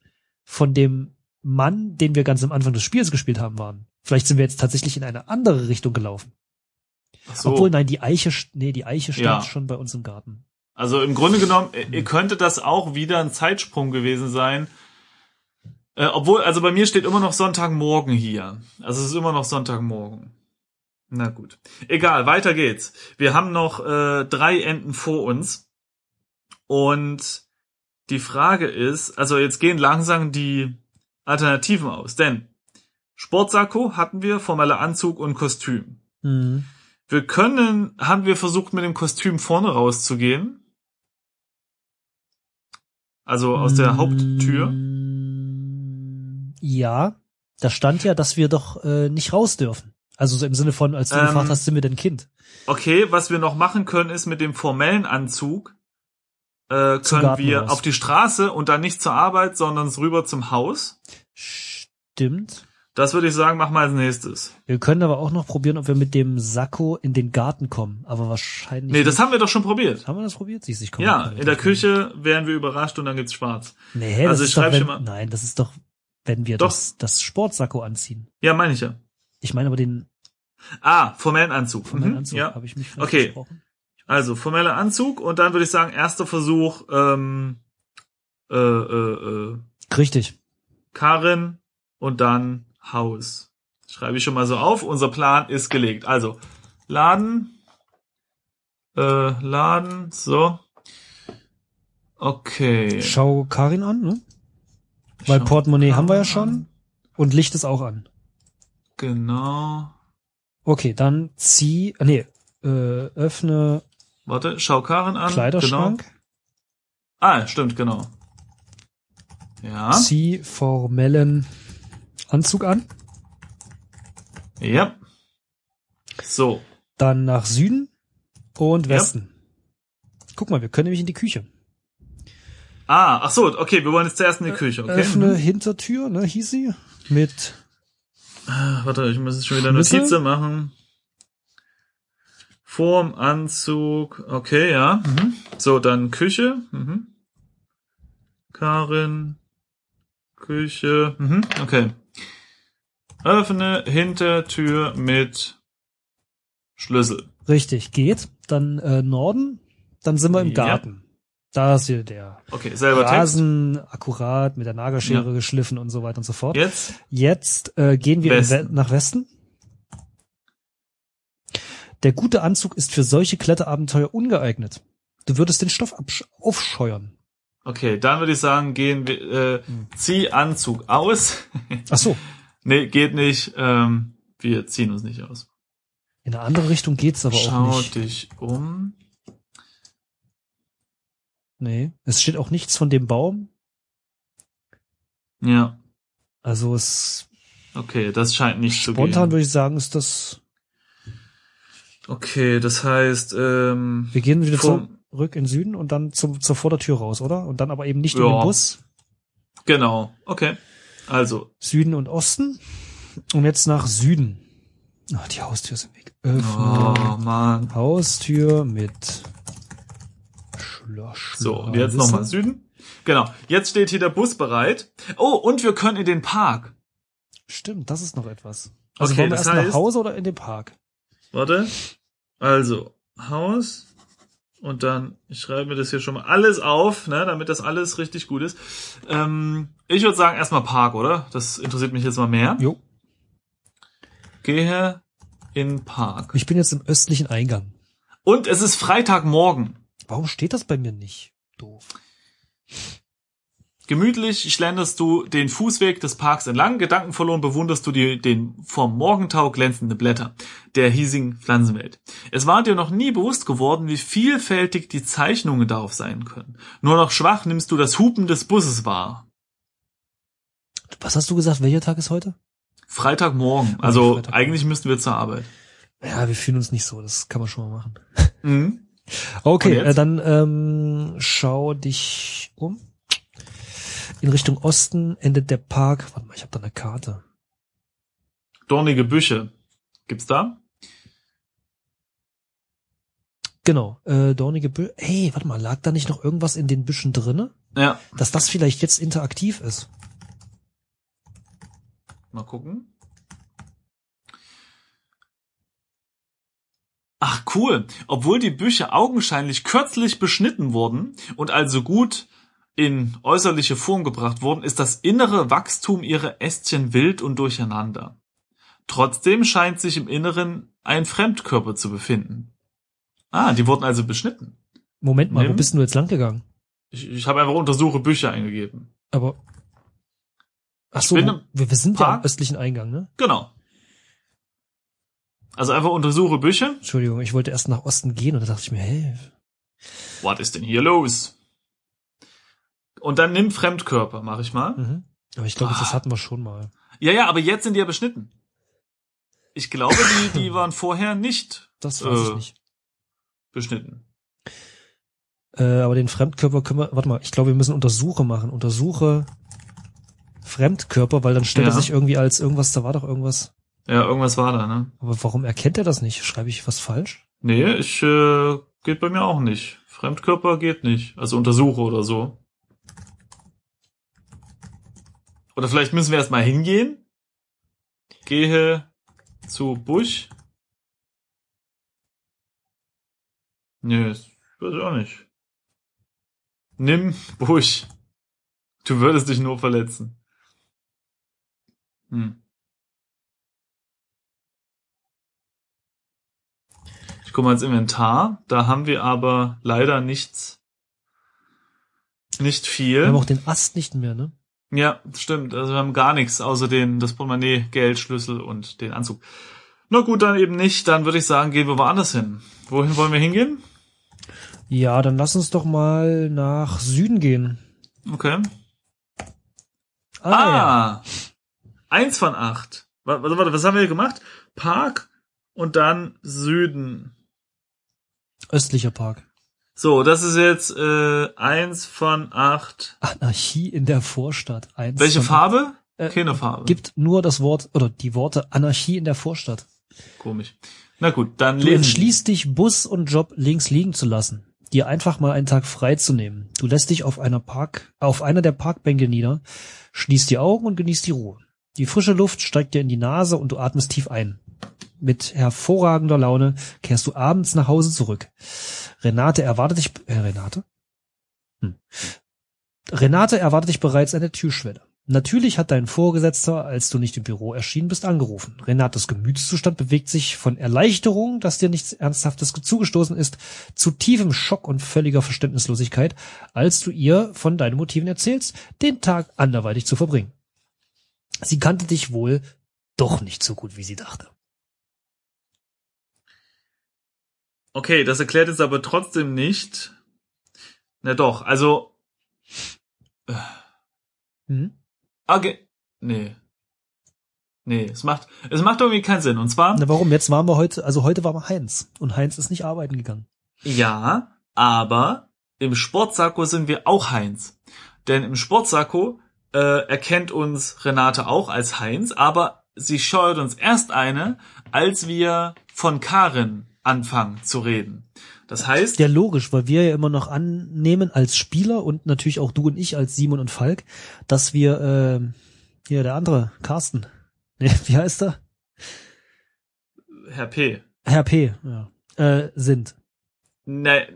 von dem Mann, den wir ganz am Anfang des Spiels gespielt haben, waren. Vielleicht sind wir jetzt tatsächlich in eine andere Richtung gelaufen. Ach so. Obwohl, nein, die Eiche, st- nee, die Eiche stand Ja. schon bei uns im Garten. Also im Grunde genommen äh, äh, könnte das auch wieder ein Zeitsprung gewesen sein. Äh, obwohl, also bei mir steht immer noch Sonntagmorgen hier. Also es ist immer noch Sonntagmorgen. Na gut. Egal, weiter geht's. Wir haben noch äh, drei Enden vor uns. Und die Frage ist, also jetzt gehen langsam die Alternativen aus. Denn Sportsakko hatten wir, formeller Anzug und Kostüm. Mhm. Wir können, haben wir versucht, mit dem Kostüm vorne rauszugehen. Also aus Hm. der Haupttür. Mm, Ja, da stand ja, dass wir doch äh, nicht raus dürfen. Also so im Sinne von, als du Ähm. gefragt hast, sind wir denn Kind? Okay, was wir noch machen können, ist mit dem formellen Anzug äh, Zum können Garten wir raus. auf die Straße und dann nicht zur Arbeit, sondern rüber zum Haus. Stimmt. Das würde ich sagen, mach mal als nächstes. Wir können aber auch noch probieren, ob wir mit dem Sakko in den Garten kommen. Aber wahrscheinlich. Nee, das nicht. haben wir doch schon probiert. haben wir das probiert? Siehst du, ich komme Ja, in der Küche wären wir überrascht und dann gibt's Schwarz. Nee, das Also ich ist doch, schreib wenn, schon mal- nein, das ist doch, wenn wir Doch. das, das Sportsakko anziehen. Ja, meine ich ja. Ich meine aber den Ah, formellen Anzug. von meinem Mhm, Anzug ja. habe ich mich vielleicht Okay. versprochen. Also formeller Anzug und dann würde ich sagen, erster Versuch, ähm, äh, äh, äh, Richtig. Karin und dann Haus. Schreibe ich schon mal so auf. Unser Plan ist gelegt. Also Laden, äh, Laden, so. Okay. Schau Karin an, ne? Weil Schau Portemonnaie haben wir ja Karin schon. an. Und Licht ist auch an. Genau. Okay, dann zieh, ah, nee, äh, öffne Warte, schau Karin an. Kleiderschrank, Genau. Ah, stimmt, genau. Ja. zieh formellen Anzug an, Ja. So. dann nach Süden und Ja. Westen. Guck mal, wir können nämlich in die Küche. Ah, ach so, okay, wir wollen jetzt zuerst in die Küche, okay? Äh, Öffne Mhm. Hintertür, ne, hieß sie, mit Ah, Warte, ich muss jetzt schon wieder Schlüssel? Notizen machen. Vorm Anzug, okay, ja. Mhm. So, dann Küche. Mhm. Karin, Küche, mhm. okay. Öffne Hintertür mit Schlüssel. Richtig, geht. Dann äh, Norden, dann sind wir im Ja. Garten. Da ist hier der Okay, selber Rasen akkurat mit der Nagelschere geschliffen und so weiter und so fort. Text. Jetzt Jetzt äh, gehen wir im Westen. We nach Westen. Der gute Anzug ist für solche Kletterabenteuer ungeeignet. Du würdest den Stoff absch- aufscheuern. Okay, dann würde ich sagen, gehen wir, äh, Hm. zieh Anzug aus. (laughs) Ach so, nee, geht nicht. Ähm, wir ziehen uns nicht aus. in eine andere Richtung geht's aber auch Schau nicht. dich um. Nee, es steht auch nichts von dem Baum. Ja, Also es okay, das scheint nicht spontan zu gehen. würde ich sagen, ist das Okay, das heißt, ähm, wir gehen wieder vom- zurück in den Süden und dann zum, zur Vordertür raus, oder? Und dann aber eben nicht in Ja. den Bus. genau, okay. Also, Süden und Osten. Und jetzt nach Süden. Ach, die Haustür ist im Weg. oh Öffnen. man. Haustür mit Schloss. So, und jetzt nochmal Süden. Genau, jetzt steht hier der Bus bereit. Oh, und wir können in den Park. Stimmt, das ist noch etwas. Also Okay, wollen wir das erst nach heißt- Hause oder in den Park? Warte. Also, Haus. Und dann, ich schreibe mir das hier schon mal alles auf, ne, damit das alles richtig gut ist. Ähm, ich würde sagen, erstmal Park, oder? Das interessiert mich jetzt mal mehr. Jo. Gehe in Park. Ich bin jetzt im östlichen Eingang. Und es ist Freitagmorgen. Warum steht das bei mir nicht? Doof. Gemütlich schlenderst du den Fußweg des Parks entlang, gedankenverloren bewunderst du die, den vom Morgentau glänzenden Blätter der hiesigen Pflanzenwelt. Es war dir noch nie bewusst geworden, wie vielfältig die Zeichnungen darauf sein können. Nur noch schwach nimmst du das Hupen des Busses wahr. Was hast du gesagt? Welcher Tag ist heute? Freitagmorgen, also Freitagmorgen. eigentlich müssten wir zur Arbeit. Ja, wir fühlen uns nicht so. Das kann man schon mal machen. Mhm. Okay, Und jetzt? äh, dann ähm, schau dich um. In Richtung Osten endet der Park. Warte mal, ich habe da eine Karte. Dornige Büsche. Gibt's da? Genau, äh, dornige Büsche. Hey, warte mal, lag da nicht noch irgendwas in den Büschen drinne? Ja, Dass das vielleicht jetzt interaktiv ist. mal gucken. Ach cool. Obwohl die Bücher augenscheinlich kürzlich beschnitten wurden und also gut in äußerliche Form gebracht wurden, ist das innere Wachstum ihrer Ästchen wild und durcheinander. Trotzdem scheint sich im Inneren ein Fremdkörper zu befinden. Ah, die wurden also beschnitten. Moment mal, wo Nimm. bist denn du jetzt lang gegangen? Ich, ich habe einfach untersuche Bücher eingegeben. Aber. Ach so, bin wo- im wir, wir sind ja am Park. östlichen Eingang, ne? Genau. Also einfach untersuche Bücher. Entschuldigung, ich wollte erst nach Osten gehen und da dachte ich mir, hey, Was ist denn hier los? Und dann nimm Fremdkörper, mache ich mal. mhm. aber ich glaube, Ah. das hatten wir schon mal. Ja, ja, aber jetzt sind die ja beschnitten. Ich glaube, die, die waren vorher nicht Das weiß Äh. ich nicht. beschnitten. Äh, aber den Fremdkörper können wir, warte mal, ich glaube, wir müssen Untersuche machen. Untersuche Fremdkörper, weil dann stellt er Ja. sich irgendwie als irgendwas, da war doch irgendwas. Ja, irgendwas war da, ne? Aber warum erkennt er das nicht? Schreibe ich was falsch? Nee, ich, äh, geht bei mir auch nicht. Fremdkörper geht nicht. Also untersuche oder so. Oder vielleicht müssen wir erstmal hingehen. Gehe zu Busch. Nee, das weiß ich auch nicht. Nimm Busch. Du würdest dich nur verletzen. Hm. Ich gucke mal ins Inventar. Da haben wir aber leider nichts. Nicht viel. Wir haben auch den Ast nicht mehr, ne? Ja, stimmt. Also wir haben gar nichts, außer den, das Portemonnaie, Geld, Schlüssel und den Anzug. Na gut, dann eben nicht. Dann würde ich sagen, gehen wir woanders hin. Wohin wollen wir hingehen? Ja, dann lass uns doch mal nach Süden gehen. Okay. Ah, Ah! ja. Eins von acht. Wa- Warte, warte, was haben wir hier gemacht? Park und dann Süden. östlicher Park. So, das ist jetzt äh, eins von acht. Anarchie in der Vorstadt. Eins Welche von- Farbe? Äh, Keine Farbe. Gibt nur das Wort oder die Worte Anarchie in der Vorstadt. Komisch. Na gut, dann Du lesen. entschließt dich, Bus und Job links liegen zu lassen, dir einfach mal einen Tag frei zu nehmen. Du lässt dich auf einer Park, auf einer der Parkbänke nieder, schließt die Augen und genießt die Ruhe. Die frische Luft steigt dir in die Nase und du atmest tief ein. Mit hervorragender Laune kehrst du abends nach Hause zurück. Renate erwartet dich, äh, Renate? Hm. Renate erwartet dich bereits an der Türschwelle. Natürlich hat dein Vorgesetzter, als du nicht im Büro erschienen bist, angerufen. Renates Gemütszustand bewegt sich von Erleichterung, dass dir nichts Ernsthaftes zugestoßen ist, zu tiefem Schock und völliger Verständnislosigkeit, als du ihr von deinen Motiven erzählst, den Tag anderweitig zu verbringen. Sie kannte dich wohl doch nicht so gut, wie sie dachte. Okay, das erklärt es aber trotzdem nicht. Na doch, also. äh, Hm? Okay. Nee. Nee, es macht, es macht irgendwie keinen Sinn. Und zwar, Na warum? Jetzt waren wir heute, also heute waren wir Heinz und Heinz ist nicht arbeiten gegangen. ja, aber im Sportsakko sind wir auch Heinz. Denn im Sportsakko äh, erkennt uns Renate auch als Heinz, aber sie scheuert uns erst eine, als wir von Karin anfangen zu reden. Das heißt, Ja, logisch, weil wir ja immer noch annehmen als Spieler und natürlich auch du und ich als Simon und Falk, dass wir, ähm, hier der andere, Carsten, (laughs) ne, wie heißt er? Herr P. Herr P. Ja. Äh, sind. Ne,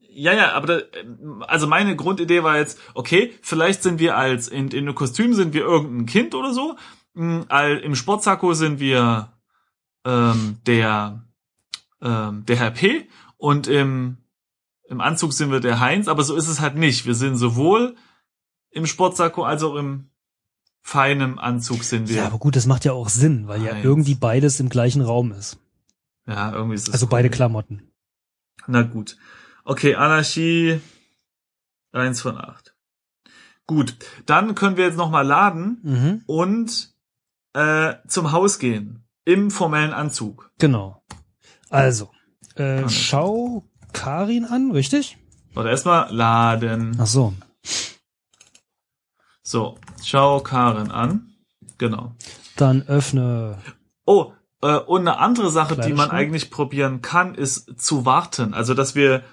ja, ja, aber da, ähm, also meine Grundidee war jetzt, okay, vielleicht sind wir als in, in einem Kostüm sind wir irgendein Kind oder so. Mm, All, Im Sportsakko sind wir ähm, der ähm, der Herr P. und im im Anzug sind wir der Heinz, aber so ist es halt nicht. Wir sind sowohl im Sportsakko als auch im feinen Anzug sind Ja, wir. aber gut, das macht ja auch Sinn, weil ja Heinz. irgendwie beides im gleichen Raum ist. Ja, irgendwie ist es Also beide komisch. Klamotten. Na gut. Okay, Anarchie eins von acht. Gut, dann können wir jetzt nochmal laden Mhm. und äh, zum Haus gehen. Im formellen Anzug. Genau. Also, äh, Karin. schau Karin an, richtig? Warte, erstmal laden. Ach so. So, schau Karin an. Genau. Dann öffne. Oh, äh, und eine andere Sache, die man Kleiderschrank. eigentlich probieren kann, ist zu warten. Also, dass wir.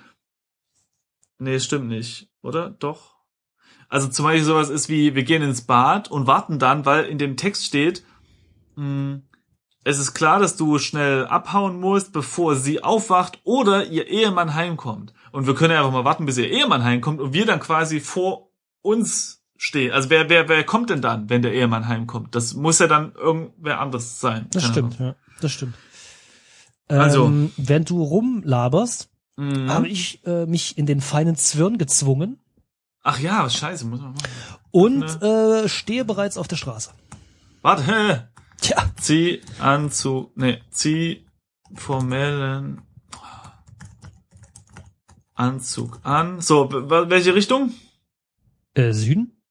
Nee, stimmt nicht, oder? Doch. Also zum Beispiel sowas ist wie, wir gehen ins Bad und warten dann, weil in dem Text steht, mh, Hm. es ist klar, dass du schnell abhauen musst, bevor sie aufwacht oder ihr Ehemann heimkommt. Und wir können ja einfach mal warten, bis ihr Ehemann heimkommt und wir dann quasi vor uns stehen. Also wer, wer, wer kommt denn dann, wenn der Ehemann heimkommt? Das muss ja dann irgendwer anderes sein. Das Keine stimmt, ja. Das stimmt. Also. Ähm, wenn du rumlaberst, Ahnung. Mhm. habe ich äh, mich in den feinen Zwirn gezwungen Ach ja, scheiße, muss man machen. und äh, stehe bereits auf der Straße. Warte, Tja, zieh Anzug, nee, zieh formellen Anzug an. So, w- w- welche Richtung? äh, Süden?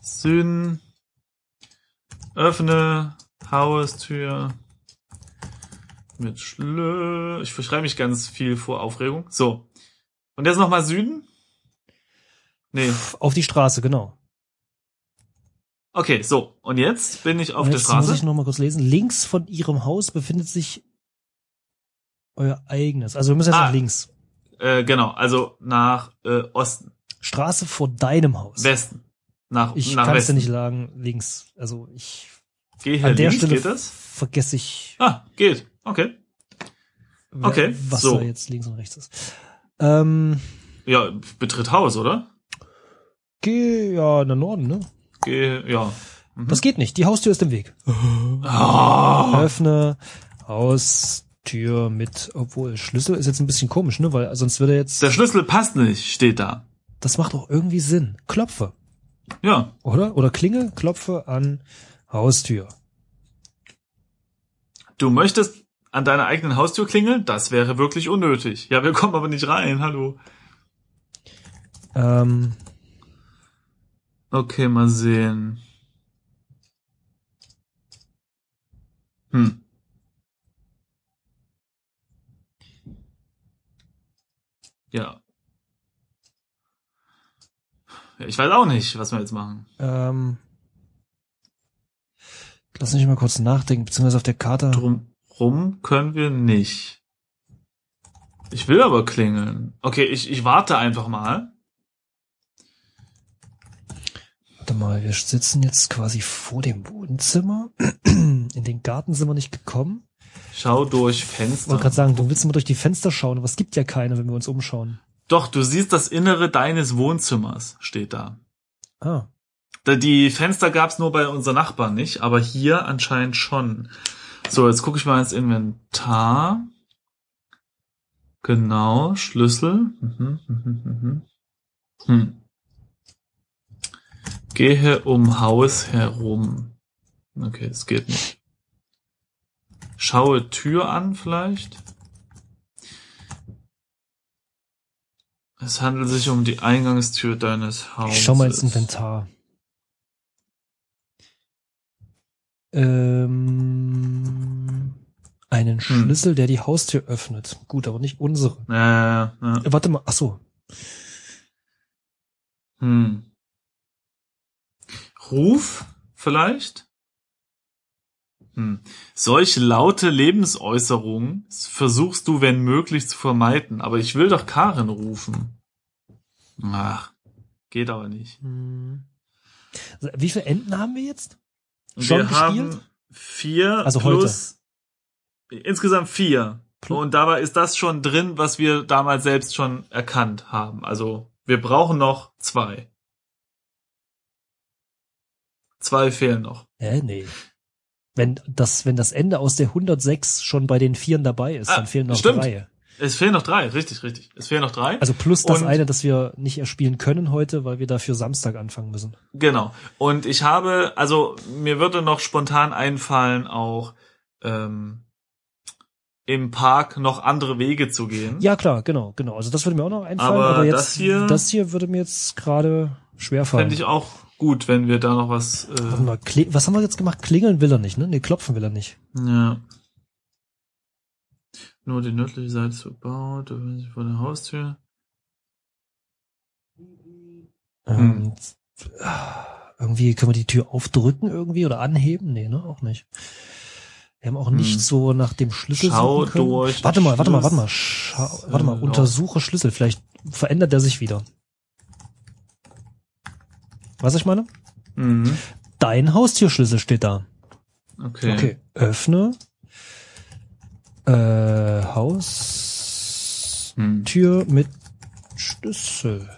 Süden. Öffne Haustür mit Schlö. Ich verschreibe mich ganz viel vor Aufregung. So. Und jetzt nochmal Süden? Nee. Auf die Straße, genau. Okay, so. Und jetzt bin ich auf Und der jetzt muss ich Straße. noch mal kurz lesen. Links von ihrem Haus befindet sich euer eigenes. Also wir müssen jetzt Ah. nach links. Äh, genau, also nach äh, Osten. Straße vor deinem Haus. Westen. Nach, ich nach kann es Westen. dir nicht sagen, links. Also ich Geh hier an der links, Stelle geht das? vergesse ich, Ah, geht. Okay. wer- Okay, was so. da jetzt links und rechts ist. Ähm, Ja, betritt Haus, oder? geh ja nach Norden, ne? Mhm. Geh, ja. Das geht nicht. Die Haustür ist im Weg. Ah, Öffne Haustür mit, obwohl Schlüssel ist jetzt ein bisschen komisch, ne? Weil sonst würde jetzt, der Schlüssel passt nicht, steht da. das macht doch irgendwie Sinn. Klopfe. Ja. Oder? Oder Klingel, klopfe an Haustür. Du möchtest an deiner eigenen Haustür klingeln? Das wäre wirklich unnötig. Ja, wir kommen aber nicht rein. Hallo. Ähm, Okay, mal sehen. Hm. Ja. ja. Ich weiß auch nicht, was wir jetzt machen. ähm, lass mich mal kurz nachdenken, beziehungsweise auf der Karte. Drum rum können wir nicht. Ich will aber klingeln. Okay, ich, ich warte einfach mal. Warte mal, wir sitzen jetzt quasi vor dem Wohnzimmer. (clears throat) In den Garten sind wir nicht gekommen. Schau durch Ich wollte Fenster. gerade sagen, du willst mal durch die Fenster schauen, aber es gibt ja keine, wenn wir uns umschauen. Doch, du siehst das Innere deines Wohnzimmers, steht da. Ah, Da- Die Fenster gab's nur bei unseren Nachbarn nicht, aber hier anscheinend schon. So, jetzt gucke ich mal ins Inventar. Genau, Schlüssel. Mhm, mhm, mhm. Hm. Gehe um Haus herum. Okay, es geht nicht. Schaue Tür an vielleicht. Es handelt sich um die Eingangstür deines Hauses. Ich schau mal ins Inventar. Ähm, Hm. einen Schlüssel, der die Haustür öffnet. Gut, aber nicht unsere. Ja, ja, ja. Äh, Warte mal, ach so. Hm. Ruf vielleicht? Hm. Solche laute Lebensäußerungen versuchst du, wenn möglich, zu vermeiden. Aber ich will doch Karen rufen. Ach, geht aber nicht. Hm. Wie viele Enden haben wir jetzt? Und Schon wir haben gespielt? vier Also heute. plus insgesamt vier. Pl- Und dabei ist das schon drin, was wir damals selbst schon erkannt haben. Also wir brauchen noch zwei. Zwei fehlen noch. Äh, nee. Wenn das, wenn das Ende aus der 106 schon bei den Vieren dabei ist, Ah, dann fehlen noch stimmt. drei. Es fehlen noch drei, richtig, richtig. Es fehlen noch drei. Also plus das Und- eine, das wir nicht erspielen können heute, weil wir dafür Samstag anfangen müssen. Genau. Und ich habe, also mir würde noch spontan einfallen, auch ähm, im Park noch andere Wege zu gehen. Ja, klar, genau, genau. Also das würde mir auch noch einfallen, aber, Aber jetzt, das hier- das hier würde mir jetzt gerade schwerfallen. Fände ich auch gut, wenn wir da noch was. Warte Äh, mal, kli- was haben wir jetzt gemacht? Klingeln will er nicht, ne? Nee, klopfen will er nicht. ja. Nur die nördliche Seite ist bebaut, öffnet sich vor der Haustür. Ähm, Hm. irgendwie können wir die Tür aufdrücken irgendwie oder anheben? Nee, ne? Auch nicht. Wir haben auch nicht Hm. so nach dem Schlüssel Schau suchen können. durch Warte mal, warte mal, Schlüssel- warte mal. Schau, warte mal, Loch. untersuche Schlüssel. Vielleicht verändert er sich wieder. Was ich meine? Mhm. Dein Haustürschlüssel steht da. Okay. Okay, öffne. Äh, Haustür Hm. mit Schlüssel.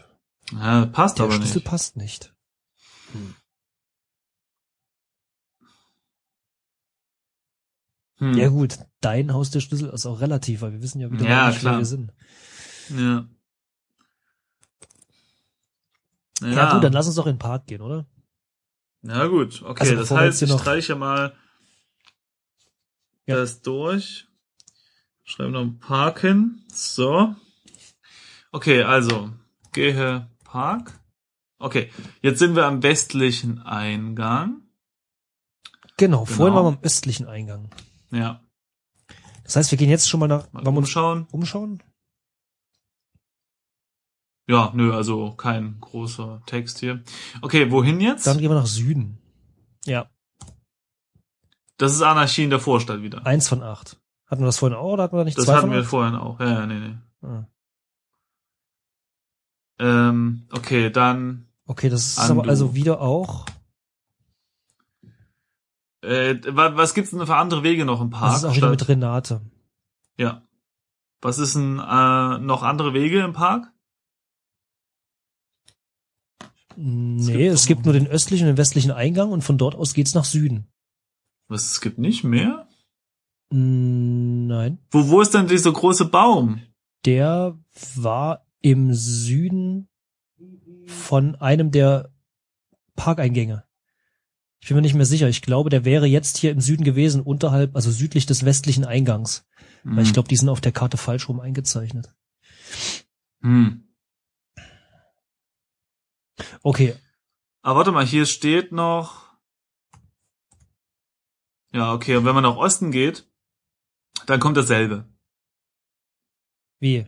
Ja, passt Der aber Schlüssel nicht. passt nicht. Hm. Ja gut, dein Haustürschlüssel ist auch relativ, weil wir wissen ja wieder Ja, nicht, klar. wer wir sind. Ja. Ja, Ja. gut, dann lass uns doch in den Park gehen, oder? Na gut, okay, Also das bevor wir heißt, jetzt ich hier noch- streiche mal Ja. das durch. Schreibe noch einen Park hin. So. Okay, also, gehe Park. Okay, jetzt sind wir am westlichen Eingang. Genau, vorhin Genau. waren wir am östlichen Eingang. Ja, Das heißt, wir gehen jetzt schon mal nach... mal wollen wir uns umschauen. umschauen? Ja, nö, also kein großer Text hier. Okay, wohin jetzt? Dann gehen wir nach Süden. Ja, das ist Anarchie in der Vorstadt wieder. eins von acht. Hatten wir das vorhin auch oder hatten wir da nicht Das zwei hatten von wir acht? vorhin auch. Ja, ja, nee, nee. Ah. Ähm, okay, dann Okay, das ist Andu. aber also wieder auch... Äh, wa- was gibt's denn für andere Wege noch im Park? Das ist auch wieder statt- mit Renate. ja. Was ist denn äh, noch andere Wege im Park? Nee, es gibt nur den östlichen und den westlichen Eingang und von dort aus geht's nach Süden. Was es gibt nicht mehr? Mm, Nein. Wo wo ist denn dieser große Baum? Der war im Süden von einem der Parkeingänge. Ich bin mir nicht mehr sicher. Ich glaube, der wäre jetzt hier im Süden gewesen, unterhalb, also südlich des westlichen Eingangs. Weil ich glaube, die sind auf der Karte falsch rum eingezeichnet. Hm. Okay, Aber Ah, warte mal, hier steht noch. Ja, okay. Und wenn man nach Osten geht, dann kommt dasselbe. wie?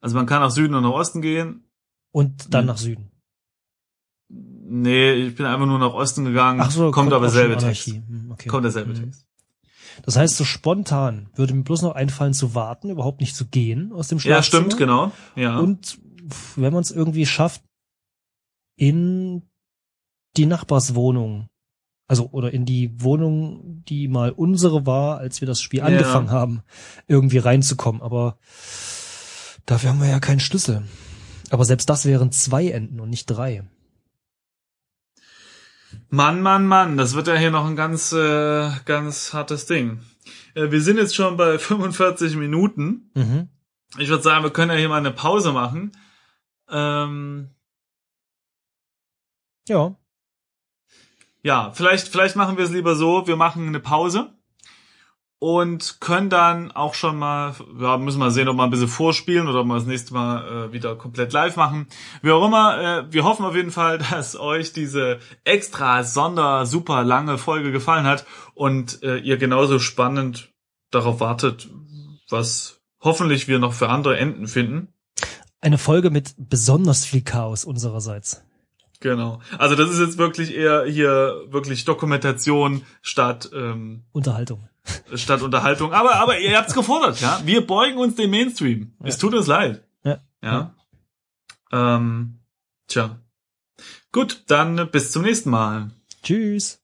Also man kann nach Süden und nach Osten gehen. Und dann Hm. nach Süden. Nee, ich bin einfach nur nach Osten gegangen. Ach so, Hm. kommt, aber auch schon selbe Text. Anarchie. Hm, Okay. Kommt derselbe Hm. Text. Das heißt, so spontan würde mir bloß noch einfallen zu warten, überhaupt nicht zu gehen aus dem Schlafzimmer. Ja, stimmt, genau. Ja. Und pf, wenn man es irgendwie schafft, in die Nachbarswohnung, also oder in die Wohnung, die mal unsere war, als wir das Spiel Ja. angefangen haben, irgendwie reinzukommen. Aber dafür haben wir ja keinen Schlüssel. Aber selbst das wären zwei Enden und nicht drei. Mann, Mann, Mann, das wird ja hier noch ein ganz, äh, ganz hartes Ding. Äh, wir sind jetzt schon bei (laughs) 45 Minuten. Mhm. Ich würde sagen, wir können ja hier mal eine Pause machen. Ähm, Ja. ja, vielleicht, vielleicht machen wir es lieber so, wir machen eine Pause und können dann auch schon mal, ja, müssen mal sehen, ob wir ein bisschen vorspielen oder ob wir das nächste Mal äh, wieder komplett live machen. Wie auch immer, äh, wir hoffen auf jeden Fall, (laughs) dass euch diese extra sonder super lange Folge gefallen hat und äh, ihr genauso spannend darauf wartet, was hoffentlich wir noch für andere Enden finden. Eine Folge mit besonders viel Chaos unsererseits. Genau. Also das ist jetzt wirklich eher hier wirklich Dokumentation statt ähm, Unterhaltung. statt Unterhaltung. Aber, aber ihr habt's gefordert, ja. Wir beugen uns dem Mainstream. Es tut uns leid. Ja. Ja. Ähm, tja. Gut, dann bis zum nächsten Mal. Tschüss.